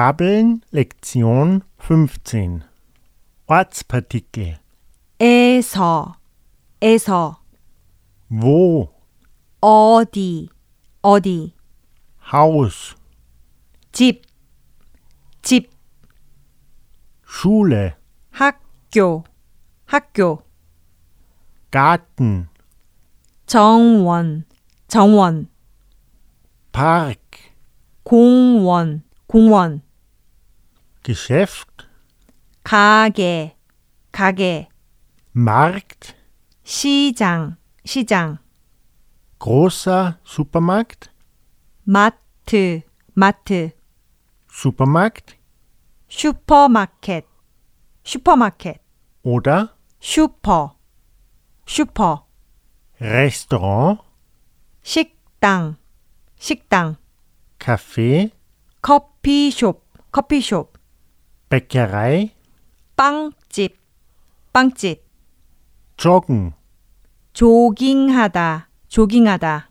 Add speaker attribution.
Speaker 1: Vokabeln Lektion 15 Ortspartikel
Speaker 2: 에서, 에서,
Speaker 1: wo,
Speaker 2: 어디, 어디,
Speaker 1: Haus,
Speaker 2: 집, 집,
Speaker 1: Schule,
Speaker 2: 학교, 학교,
Speaker 1: Garten,
Speaker 2: 정원, 정원,
Speaker 1: Park,
Speaker 2: 공원, 공원,
Speaker 1: Geschäft,
Speaker 2: 가게, 가게,
Speaker 1: Markt,
Speaker 2: 시장, 시장,
Speaker 1: großer Supermarkt,
Speaker 2: 마트, 마트,
Speaker 1: Supermarkt
Speaker 2: 슈퍼마켓, 슈퍼마켓,
Speaker 1: oder
Speaker 2: 슈퍼, 슈퍼,
Speaker 1: Restaurant,
Speaker 2: 식당, 식당,
Speaker 1: Café,
Speaker 2: 커피숍, 커피숍,
Speaker 1: Bäckerei,
Speaker 2: 빵집, 빵집,
Speaker 1: Joggen,
Speaker 2: 조깅하다, 조깅하다,